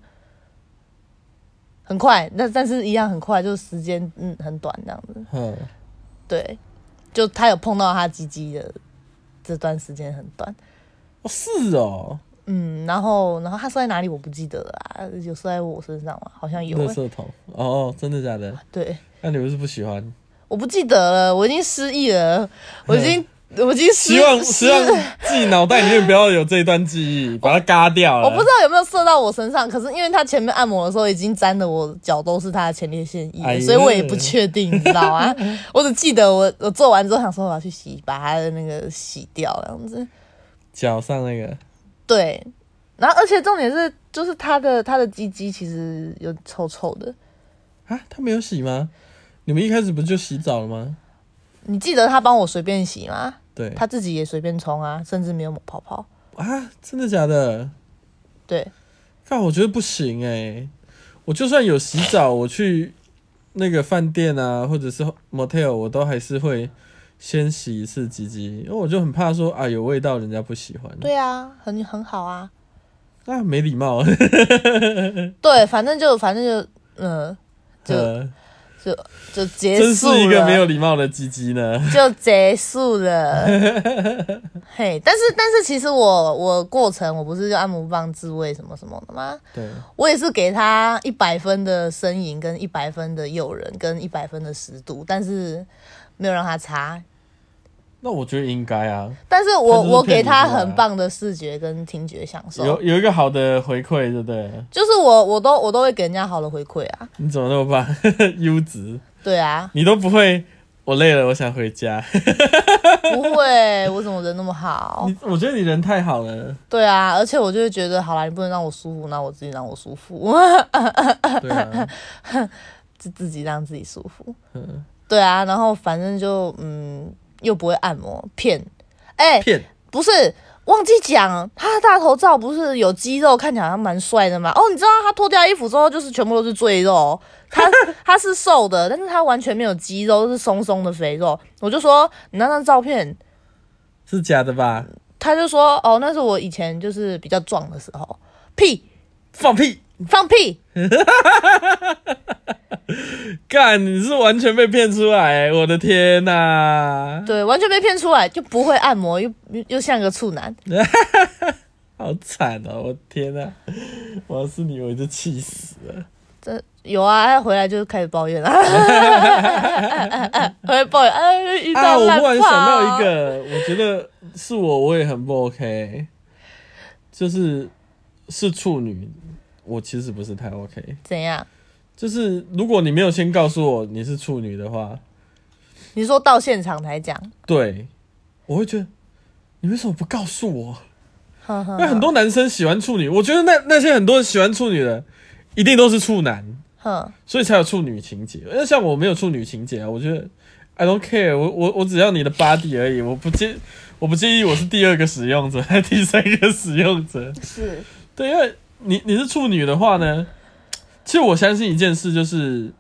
Speaker 2: 很快，但但是一样很快，就是时间嗯很短这样子。
Speaker 1: 嗯，
Speaker 2: 对，就他有碰到他鸡鸡的这段时间很短，
Speaker 1: 哦是哦，
Speaker 2: 嗯，然后然后他射在哪里我不记得了啊，有射在我身上吗？好像有、
Speaker 1: 热
Speaker 2: 欸，
Speaker 1: 射头哦，真的假的？
Speaker 2: 对，
Speaker 1: 那你们是不喜欢？
Speaker 2: 我不记得了，我已经失忆了，我已经我已经
Speaker 1: 嗯
Speaker 2: 失
Speaker 1: 希望
Speaker 2: 失
Speaker 1: 希望自己脑袋里面不要有这一段记忆，把它嘎掉了。
Speaker 2: (laughs) 我不知道有没有射到我身上，可是因为他前面按摩的时候已经沾的我脚都是他的前列腺液了，
Speaker 1: 哎呀
Speaker 2: 所以我也不确定，你知道吗？ (laughs) 我只记得我我做完之后想说我要去洗，把他的那个洗掉这样子。
Speaker 1: 脚上那个，
Speaker 2: 对，然后而且重点是，就是他的他的鸡鸡其实有臭臭的，
Speaker 1: 啊，他没有洗吗？你们一开始不就洗澡了吗？
Speaker 2: 你记得他帮我随便洗吗？
Speaker 1: 对
Speaker 2: 他自己也随便冲啊，甚至没有抹泡泡。
Speaker 1: 啊，真的假的？
Speaker 2: 对，
Speaker 1: 但我觉得不行哎、我就算有洗澡，我去那个饭店啊，或者是 motel，我都还是会先洗一次鸡鸡，因为我就很怕说啊有味道人家不喜欢。，
Speaker 2: 对啊，很很好啊。
Speaker 1: 啊没礼貌。
Speaker 2: 对，反正就反正就嗯，就就结束
Speaker 1: 呃真
Speaker 2: 了。
Speaker 1: 是一个没有礼貌的鸡鸡呢。
Speaker 2: 就结
Speaker 1: (laughs)
Speaker 2: 束了。嘿，但是但是，其实我我过程我不是就按摩棒自慰什么什么的吗？
Speaker 1: 对，
Speaker 2: 我也是给他一百分的呻吟，跟一百分的诱人，跟一百分的湿度，但是没有让他差。
Speaker 1: 那我觉得应该啊，
Speaker 2: 但是我
Speaker 1: 他就是
Speaker 2: 我给他
Speaker 1: 骗你的啊
Speaker 2: 很棒的视觉跟听觉享受
Speaker 1: 有，有一个好的回馈，对不对？
Speaker 2: 就是我我都我都会给人家好的回馈啊，
Speaker 1: 你怎么那么棒， (laughs) 优质？
Speaker 2: 对啊，
Speaker 1: 你都不会，我累了，我想回家。
Speaker 2: 不会， (laughs) 我怎么人那么好？
Speaker 1: 你 (laughs) 我觉得你人太好了，
Speaker 2: 对啊，而且我就会觉得，好啦，你不能让我舒服，那我自己让我舒服。 (laughs)
Speaker 1: 对啊，
Speaker 2: 自自己让自己舒服。
Speaker 1: 嗯
Speaker 2: 对啊，然后反正就嗯，又不会按摩骗，哎、
Speaker 1: 骗
Speaker 2: 不是忘记讲，他的大头照不是有肌肉，看起来好像蛮帅的嘛。哦，你知道他脱掉衣服之后，就是全部都是赘肉，
Speaker 1: (laughs)
Speaker 2: 他他是瘦的，但是他完全没有肌肉，是松松的肥肉。我就说你那张照片，
Speaker 1: 是假的吧？
Speaker 2: 他就说哦，那是我以前就是比较壮的时候，屁
Speaker 1: 放屁！
Speaker 2: 放屁，
Speaker 1: 干，你是完全被骗出来，我的天呐、
Speaker 2: 对，完全被骗出来，就不会按摩，又又又像个处男。
Speaker 1: 好惨哦！我的天呐、我要是你，我就气死了。
Speaker 2: 这有啊，他回来就开始抱
Speaker 1: (laughs)
Speaker 2: 怨了， (laughs) 回来抱怨，哎，遇
Speaker 1: 啊！
Speaker 2: 到
Speaker 1: 我
Speaker 2: 烂
Speaker 1: 忽然
Speaker 2: 炮
Speaker 1: 想到一，个，我觉得是我，我也很不 OK，就是是处女，我其实不是太 OK。
Speaker 2: 怎样？
Speaker 1: 就是如果你没有先告诉我你是处女的话，
Speaker 2: 你说到现场才讲，
Speaker 1: 对，我会觉得你为什么不告诉我？
Speaker 2: 呵呵
Speaker 1: 因为很多男生喜欢处女，我觉得那那些很多喜欢处女的，一定都是处男，
Speaker 2: 哼，
Speaker 1: 所以才有处女情节。因为像我没有处女情节啊，我觉得 I don't care，我我我只要你的 body 而已，我不介我不介意我是第二个使用者还是第三个使用者。
Speaker 2: 是，
Speaker 1: 对，因为你你是处女的话呢，其实我相信一件事就是。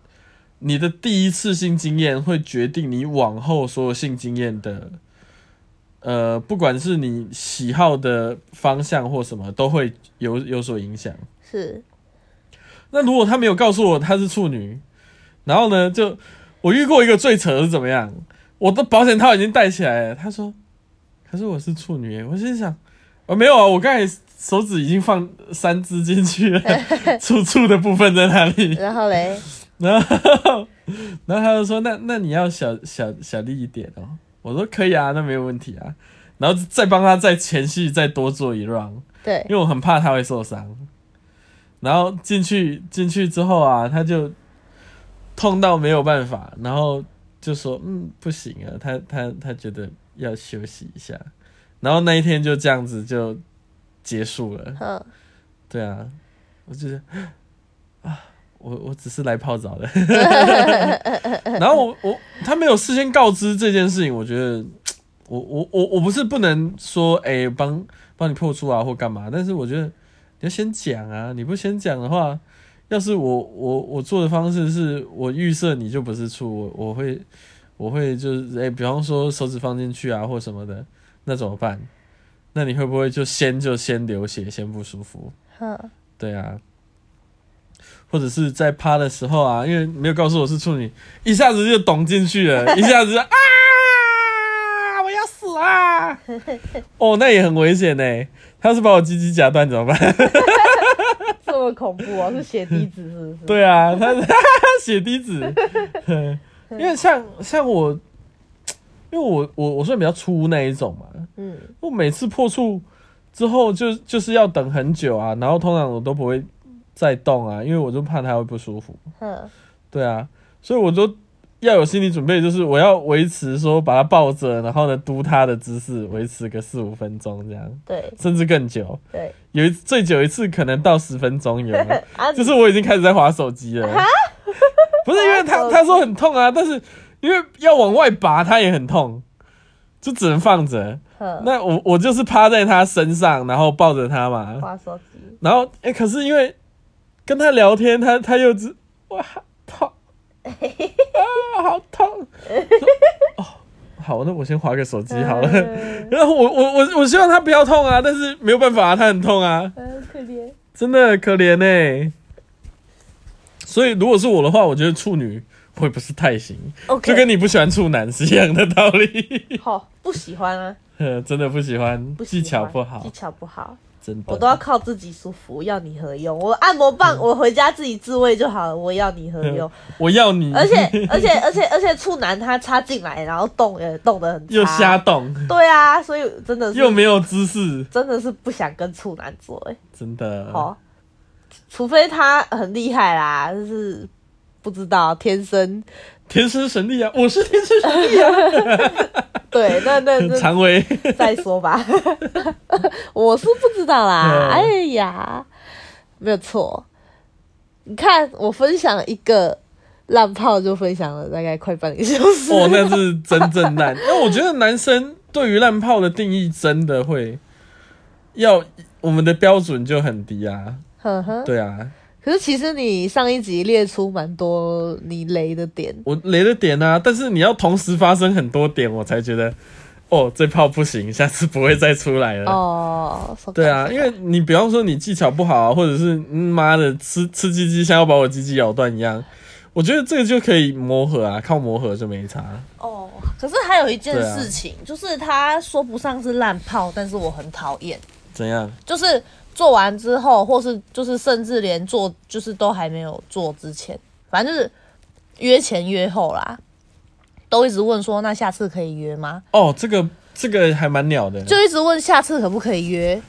Speaker 1: 你的第一次性经验会决定你往后所有性经验的，呃，不管是你喜好的方向或什么，都会有有所影响。
Speaker 2: 是，
Speaker 1: 那如果他没有告诉我她是处女，然后呢，就我遇过一个最扯的是怎么样？我的保险套已经戴起来了，他说，可是我是处女耶，我心想，哦没有啊，我刚才手指已经放三支进去了，处处的部分在哪里？
Speaker 2: 然后嘞，
Speaker 1: 然后，然后他就说，那那你要小小小力一点哦。我说可以啊，那没有问题啊。然后再帮他在前戏再多做一 round。
Speaker 2: 对
Speaker 1: 因，为我很怕他会受伤。然后进去进去之后啊，他就痛到没有办法，然后就说嗯不行啊，他他他觉得要休息一下。然后那一天就这样子就结束了。
Speaker 2: 哼，
Speaker 1: 对啊，我觉得啊，我我只是来泡澡的。 (laughs) 然后我我他没有事先告知这件事情，我觉得我我我我不是不能说哎帮帮你破处啊或干嘛，但是我觉得你要先讲啊，你不先讲的话，要是我我我做的方式是我预设你就不是处，我我会我会就是哎、比方说手指放进去啊或什么的，那怎么办？那你会不会就先就先流血，先不舒服？
Speaker 2: 哼，
Speaker 1: 对啊，或者是在趴的时候啊，因为没有告诉我是处女，一下子就懂进去了，一下子就啊，我要死啊！ (laughs) 哦，那也很危险呢。他要是把我鸡鸡夹断怎么办？
Speaker 2: 这
Speaker 1: 啊 (laughs)
Speaker 2: 么恐怖哦，是血滴子是不是？
Speaker 1: 对啊，他血滴子， (laughs) 因为像像我，因为我我我睡比较粗那一种嘛，
Speaker 2: 嗯，
Speaker 1: 我每次破处之后就就是要等很久啊，然后通常我都不会再动啊，因为我就怕它会不舒服。
Speaker 2: 哼，
Speaker 1: 对啊，所以我都要有心理准备，就是我要维持说把它抱着，然后呢嘟它的姿势，维持个四五分钟这样，
Speaker 2: 对
Speaker 1: 甚至更久。
Speaker 2: 对，？
Speaker 1: 有一最久一次可能到十分钟有吗
Speaker 2: (laughs) 啊
Speaker 1: 就是我已经开始在划手机了。不是因为他他说很痛啊，但是因为要往外拔，他也很痛，就只能放着。
Speaker 2: 哼，
Speaker 1: 那我我就是趴在他身上，然后抱着他嘛。
Speaker 2: 划手机，
Speaker 1: 然后哎、诶可是因为跟他聊天，他他又只哇好
Speaker 2: (laughs)
Speaker 1: 痛啊，好痛！哦，好，那我先划个手机好了。 (laughs)
Speaker 2: 嗯
Speaker 1: 然后我我我我希望他不要痛啊，但是没有办法啊，他很痛啊，
Speaker 2: (laughs) 嗯，可怜，
Speaker 1: 真的可怜呢、所以如果是我的话，我觉得处女会不是太行
Speaker 2: OK
Speaker 1: 就跟你不喜欢处男是一样的道
Speaker 2: (laughs)
Speaker 1: 理。
Speaker 2: 好，不喜欢啊，
Speaker 1: 呃真的不喜欢，
Speaker 2: 不喜
Speaker 1: 技
Speaker 2: 欢
Speaker 1: 巧不好哦
Speaker 2: 技，巧不好，
Speaker 1: 真的。
Speaker 2: 我都要靠自己舒服，要你何用？我按摩
Speaker 1: 嗯
Speaker 2: 棒，我回家自己自慰就好了，我要你何用？
Speaker 1: 我要你，
Speaker 2: 而且而且而且而且，处男他插进来，然后动也动得很差，
Speaker 1: 又瞎动。
Speaker 2: (laughs) 对啊，所以真的是
Speaker 1: 又没有姿势，
Speaker 2: 真的是不想跟处男做、欸，
Speaker 1: 真的。
Speaker 2: 哦，除非他很厉害啦，就是不知道天生
Speaker 1: 天生神力啊！我是天生神力
Speaker 2: 对，那那
Speaker 1: 啊！
Speaker 2: 那
Speaker 1: 常威，
Speaker 2: 再说吧， (laughs) 我是不知道啦
Speaker 1: 嗯，
Speaker 2: 哎呀，没有错，你看我分享一个烂炮就分享了大概快半个小时，
Speaker 1: (laughs) 哦，那是真正烂。因为我觉得男生对于烂炮的定义真的会要我们的标准就很低啊。
Speaker 2: (laughs) 呵呵，
Speaker 1: 对啊，
Speaker 2: 可是其实你上一集列出蛮多你雷的点，
Speaker 1: 我雷了点啊，但是你要同时发生很多点，我才觉得哦，这炮不行，下次不会再出来了。
Speaker 2: 哦，
Speaker 1: 对啊，因为你比方说你技巧不好啊，或者是嗯妈的吃吃鸡鸡像要把我鸡鸡咬断一样，我觉得这个就可以磨合啊，靠磨合就没差。
Speaker 2: 哦，可是还有一件
Speaker 1: 对啊
Speaker 2: 事情，就是他说不上是烂炮，但是我很讨厌，
Speaker 1: 怎样？
Speaker 2: 就是做完之后，或是就是甚至连做就是都还没有做之前，反正就是约前约后啦，都一直问说那下次可以约吗？
Speaker 1: 哦，这个这个还蛮鸟的，
Speaker 2: 就一直问下次可不可以约。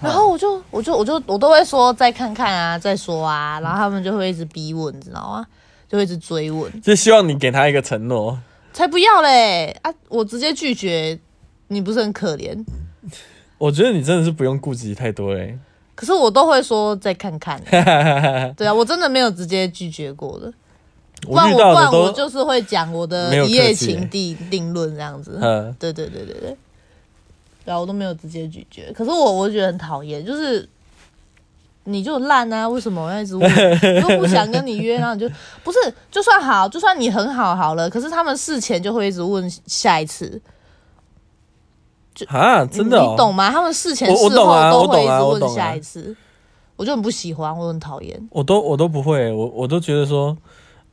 Speaker 2: 然后我就我就我就我都会说再看看啊，再说啊，然后他们就会一直逼问，你知道吗？就会一直追问，
Speaker 1: 就希望你给他一个承诺。
Speaker 2: 才不要嘞啊！我直接拒绝，你不是很可怜？
Speaker 1: 我觉得你真的是不用顾及太多嘞、
Speaker 2: 可是我都会说再看
Speaker 1: (laughs)
Speaker 2: 看。
Speaker 1: 欸，
Speaker 2: 对啊，我真的没有直接拒绝过的，不
Speaker 1: 我
Speaker 2: 然
Speaker 1: 遇
Speaker 2: 我
Speaker 1: 到
Speaker 2: 不
Speaker 1: 的
Speaker 2: 然我
Speaker 1: 都
Speaker 2: 就是会讲我
Speaker 1: 没
Speaker 2: 的
Speaker 1: 有
Speaker 2: 一夜
Speaker 1: 客气
Speaker 2: 情定定论这样子。
Speaker 1: 嗯
Speaker 2: (laughs) 对对对对对，对啊，我都没有直接拒绝。可是我我觉得很讨厌，就是你就烂啊，为什么我要
Speaker 1: (laughs)
Speaker 2: 一直问？又不想跟你约，然后你就不是，就算好，就算你很好好了，可是他们事前就会一直问下一次，
Speaker 1: 啊，真的、哦，
Speaker 2: 你懂吗？他们事前
Speaker 1: 我我
Speaker 2: 事
Speaker 1: 懂
Speaker 2: 后
Speaker 1: 啊
Speaker 2: 都
Speaker 1: 我
Speaker 2: 会一
Speaker 1: 懂啊我
Speaker 2: 直问
Speaker 1: 懂啊
Speaker 2: 下一次，我就很不喜欢，我很讨厌。
Speaker 1: 我都我都不会，我我都觉得说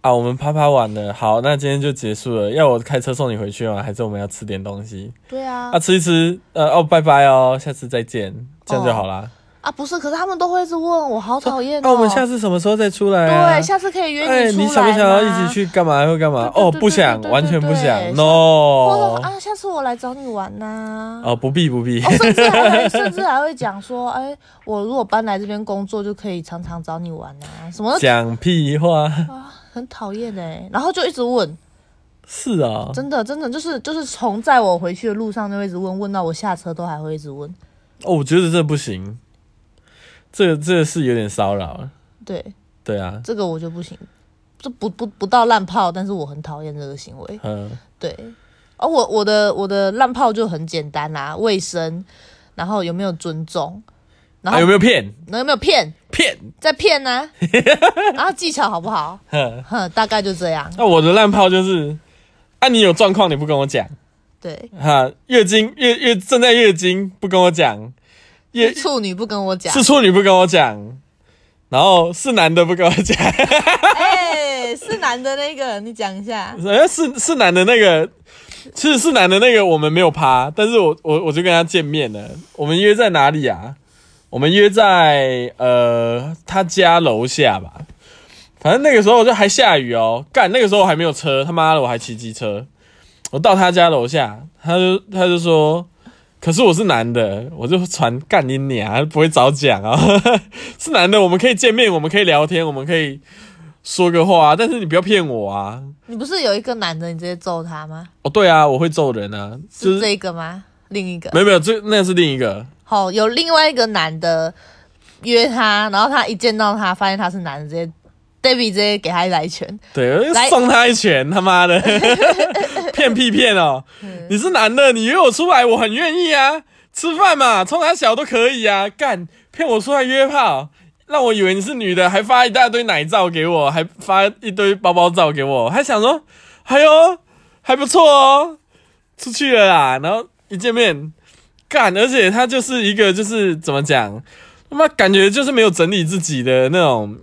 Speaker 1: 啊，我们啪啪完了，好，那今天就结束了。要我开车送你回去吗？还是我们要吃点东西？
Speaker 2: 对啊
Speaker 1: 啊，，吃一吃，呃，哦，拜拜哦，下次再见，这样就好啦。
Speaker 2: 啊，不是，可是他们都会一直问我，好讨厌哦。
Speaker 1: 那、我们下次什么时候再出来、啊？
Speaker 2: 对，下次可以约
Speaker 1: 哎，
Speaker 2: 出来、
Speaker 1: 你想不想要一起？去干嘛或干嘛？
Speaker 2: 对对
Speaker 1: 哦，
Speaker 2: 对
Speaker 1: 不想，
Speaker 2: 对对对
Speaker 1: 完全不
Speaker 2: 对
Speaker 1: 想
Speaker 2: 或者说
Speaker 1: ，no。
Speaker 2: 啊，下次我来找你玩呐、
Speaker 1: 哦，不必不必，
Speaker 2: 哦，甚至还会，甚至还会讲说，哎，我如果搬来这边工作，就可以常常找你玩呐、什么的
Speaker 1: (laughs) 讲屁话。
Speaker 2: 很讨厌哎。然后就一直问，
Speaker 1: 是啊、
Speaker 2: 真的，真的就是就是从载我回去的路上就会一直问，问到我下车都还会一直问。
Speaker 1: 哦，我觉得这不行，这这是有点骚扰了。
Speaker 2: 对，
Speaker 1: 对啊，
Speaker 2: 这个我就不行，这不不不到烂炮，但是我很讨厌这个行为。
Speaker 1: 嗯，
Speaker 2: 对，
Speaker 3: 啊
Speaker 2: 而、我我的我的烂炮就很简单啦、卫生，然后有没有尊重，然
Speaker 1: 啊，
Speaker 2: 后、
Speaker 1: 有没有骗
Speaker 2: 然后有没有骗，
Speaker 1: 骗？
Speaker 2: 在骗
Speaker 3: 啊 (laughs)
Speaker 2: 呢、然后技巧好不好？
Speaker 1: 哼
Speaker 2: 哼，大概就这样。
Speaker 1: 那呃啊我的烂炮就是，啊，你有状况你不跟我讲，
Speaker 2: 对，
Speaker 1: 哈，月经月月正在月经不跟我讲，月
Speaker 2: 处女不跟我讲
Speaker 1: 是，处女不跟我讲，然后是男的不跟我讲，
Speaker 2: 哎、是男的那个，你讲一下。
Speaker 1: 呃是是男的那个，其实是男的那个我们没有趴，但是我我我就跟他见面了，我们约在哪里啊？我们约在呃他家楼下吧，反正那个时候我就还下雨哦，干那个时候我还没有车，他妈的我还骑机车，我到他家楼下，他就他就说，可是我是男的，我就传干你娘，不会早讲啊， (laughs) 是男的我们可以见面，我们可以聊天，我们可以说个话啊，但是你不要骗我啊。
Speaker 3: 你不是有一个男的，你直接揍他吗？
Speaker 1: 哦，对啊，我会揍人啊，就是是
Speaker 3: 这个吗？另一个
Speaker 1: 没有没有，这那是另一个，
Speaker 3: 好、有另外一个男的约他，然后他一见到他，发现他是男的，直接 David 直接给他一来一拳，
Speaker 1: 对，我就
Speaker 3: 来
Speaker 1: 送他一拳，他妈的，骗屁骗哦！你是男的，你约我出来，我很愿意啊，吃饭嘛，冲他小都可以啊，干骗我出来约炮，让我以为你是女的，还发一大堆奶照给我，还发一堆包包照给我，还想说，哎呦，还不错哦，出去了啦，然后一见面，干，而且他就是一个就是怎么讲，他妈感觉就是没有整理自己的那种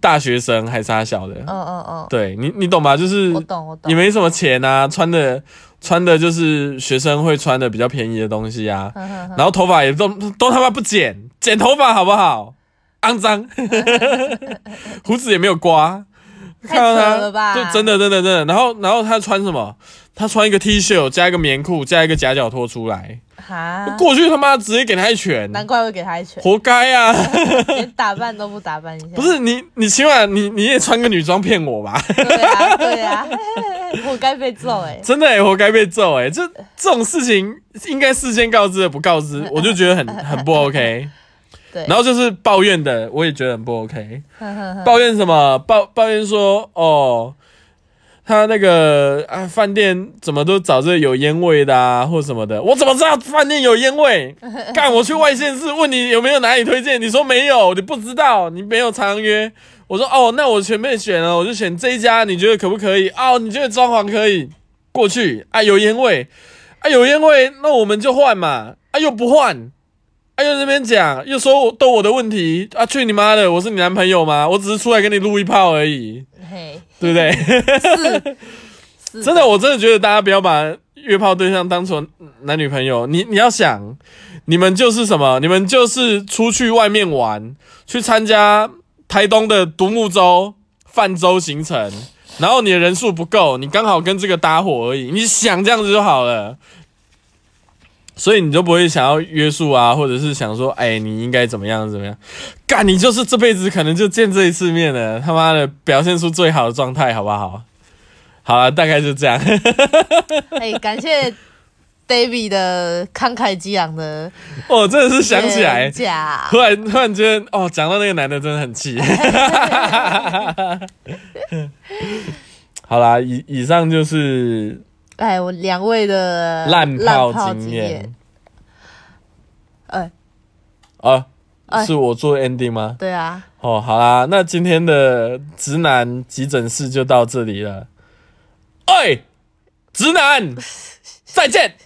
Speaker 1: 大学生，还是他小的，
Speaker 3: 嗯嗯
Speaker 1: 对你，你懂吧？就是
Speaker 3: 嗯，我懂我懂
Speaker 1: 也，没什么钱啊，穿的穿的就是学生会穿的比较便宜的东西啊，
Speaker 3: 哼嗯哼哼
Speaker 1: 然后头发也都都他妈不剪，剪头发好不好？肮
Speaker 3: (laughs)
Speaker 1: 脏，胡子也没有刮，
Speaker 3: 太扯了吧
Speaker 1: 对，真的真的真的。然后然后他穿什么？他穿一个 T 恤，加一个棉裤，加一个夹脚拖出来，
Speaker 3: 哈，
Speaker 1: 过去他妈直接给他一拳，
Speaker 3: 难怪会给他一拳，
Speaker 1: 活该啊！
Speaker 3: 连打扮都不打扮一下，
Speaker 1: 不是你你起码你你也穿个女装骗我吧？
Speaker 3: 对啊，对
Speaker 1: (laughs)
Speaker 3: 啊，我该被揍哎、
Speaker 1: 真的、欸、活该被揍哎、欸！这这种事情应该事先告知的，不告知，我就觉得很很不 OK。
Speaker 3: 对，
Speaker 1: 然后就是抱怨的，我也觉得很不 OK。
Speaker 3: 哼哼哼
Speaker 1: 抱怨什么？抱抱怨说哦，他那个啊饭店怎么都找这有烟味的啊，或什么的。我怎么知道饭店有烟味？干，我去外县市问你有没有哪里推荐，你说没有，你不知道，你没有常约。我说哦，那我前面选了，我就选这一家，你觉得可不可以？哦，你觉得装潢可以过去啊？有烟味啊？有烟味，那我们就换嘛。啊，又不换。哎呦，又在那边讲，又说我都我的问题啊！去你妈的！我是你男朋友吗？我只是出来跟你撸一炮而已，
Speaker 3: 嘿，
Speaker 1: 对不对？
Speaker 3: 是是
Speaker 1: 真的，我真的觉得大家不要把约炮对象当成男女朋友。你你要想，你们就是什么？你们就是出去外面玩，去参加台东的独木舟、泛舟行程，然后你的人数不够，你刚好跟这个搭伙而已。你想这样子就好了。所以你就不会想要约束啊，或者是想说，哎、你应该怎么样怎么样？干，你就是这辈子可能就见这一次面了，他妈的，表现出最好的状态，好不好？好了，大概就这样。 (laughs)
Speaker 3: 哎、感谢 David 的慷慨激昂的
Speaker 1: 我哦真的是想起来
Speaker 3: 演，讲
Speaker 1: 突然突然觉得，哦，讲到那个男的真的很气。 (laughs) 好啦，以以上就是
Speaker 3: 哎，我两位的
Speaker 1: 呃烂
Speaker 3: 炮
Speaker 1: 炮经
Speaker 3: 经
Speaker 1: 验。。
Speaker 3: 哎
Speaker 1: 啊，
Speaker 3: 哎
Speaker 1: 是我做 ending 吗？
Speaker 3: 对啊，
Speaker 1: 哦，好啦，那今天的直男急诊室就到这里了。哎，直男，再见。